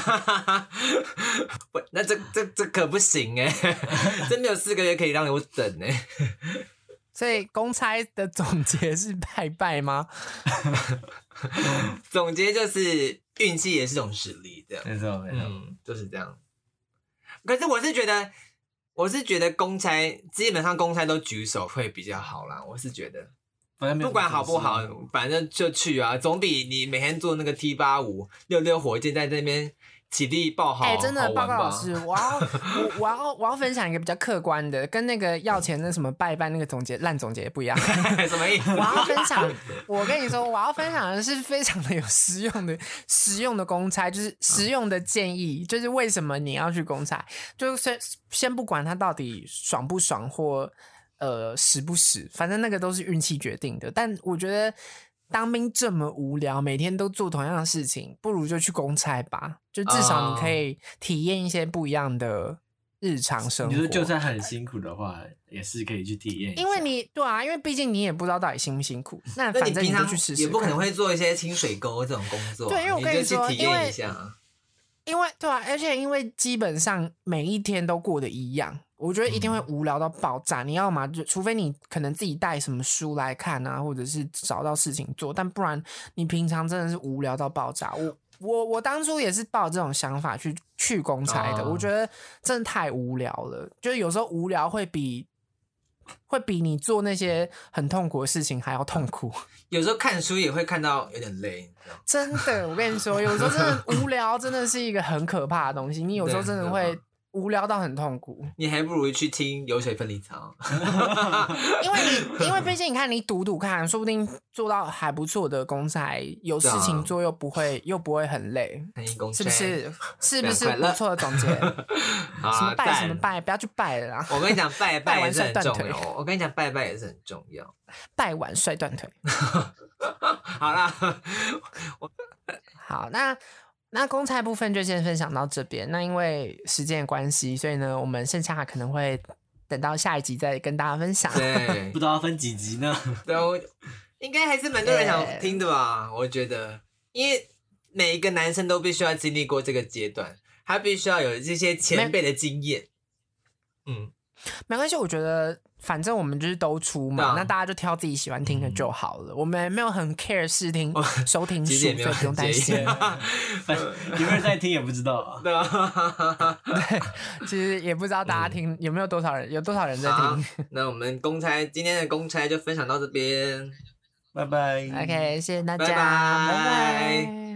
B: *laughs* 不，那这这这可不行哎、 *laughs* 真的有四个月可以让我等哎、
A: 所以公差的总结是拜拜吗？
B: 总结就是运气也是种实力的，
C: 没错，没错。
B: 嗯，就是这样。可是我是觉得，我是觉得公差基本上公差都举手会比较好啦。我是觉得，
C: 反正没有
B: 不管好不好，反正就去啊，总比你每天做那个 T 八五六六火箭在那边起立爆好。
A: 哎、真的，
B: 好
A: 报
B: 玩
A: 告
B: 吧
A: 老师，我要我我要我要分享一个比较客观的，跟那个要钱那什么拜拜那个总结烂总结不一样。
B: *laughs* 什么意
A: *laughs*
B: 思？
A: 我
B: *laughs*
A: 要分享，我跟你说，我要分享的是非常的有实用的、实用的公差，就是
B: 嗯
A: 实用的建议，就是为什么你要去公差，就是先先不管它到底爽不爽或呃实不实，反正那个都是运气决定的。但我觉得当兵这么无聊，每天都做同样的事情，不如就去公差吧，就至少
B: 哦
A: 你可以体验一些不一样的日常生活。
C: 你说就算很辛苦的话，也是可以去体验一下。
A: 因为你对啊，因为毕竟你也不知道到底辛不辛苦，那
B: 那
A: 反
B: 你
A: 正
B: 平
A: 就
B: 常
A: 去试试。
B: 也不可能，会做一些清水沟这种工作，啊
A: 对因为我跟
B: 你
A: 你
B: 就去
A: 说
B: 体
A: 因
B: 验
A: 为
B: 一下。啊
A: 因为对啊，而且因为基本上每一天都过得一样，我觉得一定会无聊到爆炸。你要嘛就除非你可能自己带什么书来看啊，或者是找到事情做，但不然你平常真的是无聊到爆炸。我我我当初也是抱这种想法去去公差的，
B: 哦
A: 我觉得真的太无聊了，就是有时候无聊会比。会比你做那些很痛苦的事情还要痛苦。
B: 有时候看书也会看到有点累，你知道吗？
A: 真的，我跟你
B: *laughs*
A: 说，有时候真的无聊，真的是一个很可怕的东西。你有时候
B: 对
A: 真的
B: 很可
A: 会
B: 怕
A: 无聊到很痛苦，
B: 你还不如去听《油水分离操》
A: *laughs* 因为
B: *laughs*
A: 你，因为毕竟你看，你赌赌看，说不定做到还不错的公差，有事
B: 对啊
A: 情做又不会又不会很累，
B: *laughs* 看一公
A: 是不是？是不
B: 非
A: 是
B: 常快乐
A: 不错的总结？什
B: 好
A: 么
B: *laughs* 啊，
A: 拜什么
B: 赞！
A: 拜，不要去拜了啦，
B: 我跟你讲，
A: 拜
B: 拜拜
A: 完
B: 也是很
A: 摔断
B: 重要。
A: 腿
B: 我跟你讲，拜拜也是很重要。
A: 拜完摔断腿。*laughs*
B: 好啦，
A: 好，那那公差部分就先分享到这边。那因为时间的关系，所以呢，我们剩下可能会等到下一集再跟大家分享。
B: 对
C: 不知道要分几集呢？
B: 对，我应该还是蛮多人想听的吧？我觉得，因为每一个男生都必须要经历过这个阶段，他必须要有这些前辈的经验。嗯，
A: 没关系，我觉得反正我们就是都出嘛，
B: 对啊
A: 那大家就挑自己喜欢听的就好了。我们没有很 care 试听
B: 哦
A: 收听数，
B: 其实
A: 所
B: 也
A: 以
B: 没有
A: 不用担
B: 很介意。
C: *laughs*
A: 心。
C: 有没有人在听也不知道
B: *laughs*
C: 啊。
B: 对啊，
A: *laughs* 其实也不知道大家听、有没有多少人，有多少人在
B: 嗯好嗯
A: 听。，
B: 那我们公差今天的公差就分享到这边。
C: 拜拜。
A: OK，谢谢大家，
B: 拜
A: 拜
B: 拜
A: 拜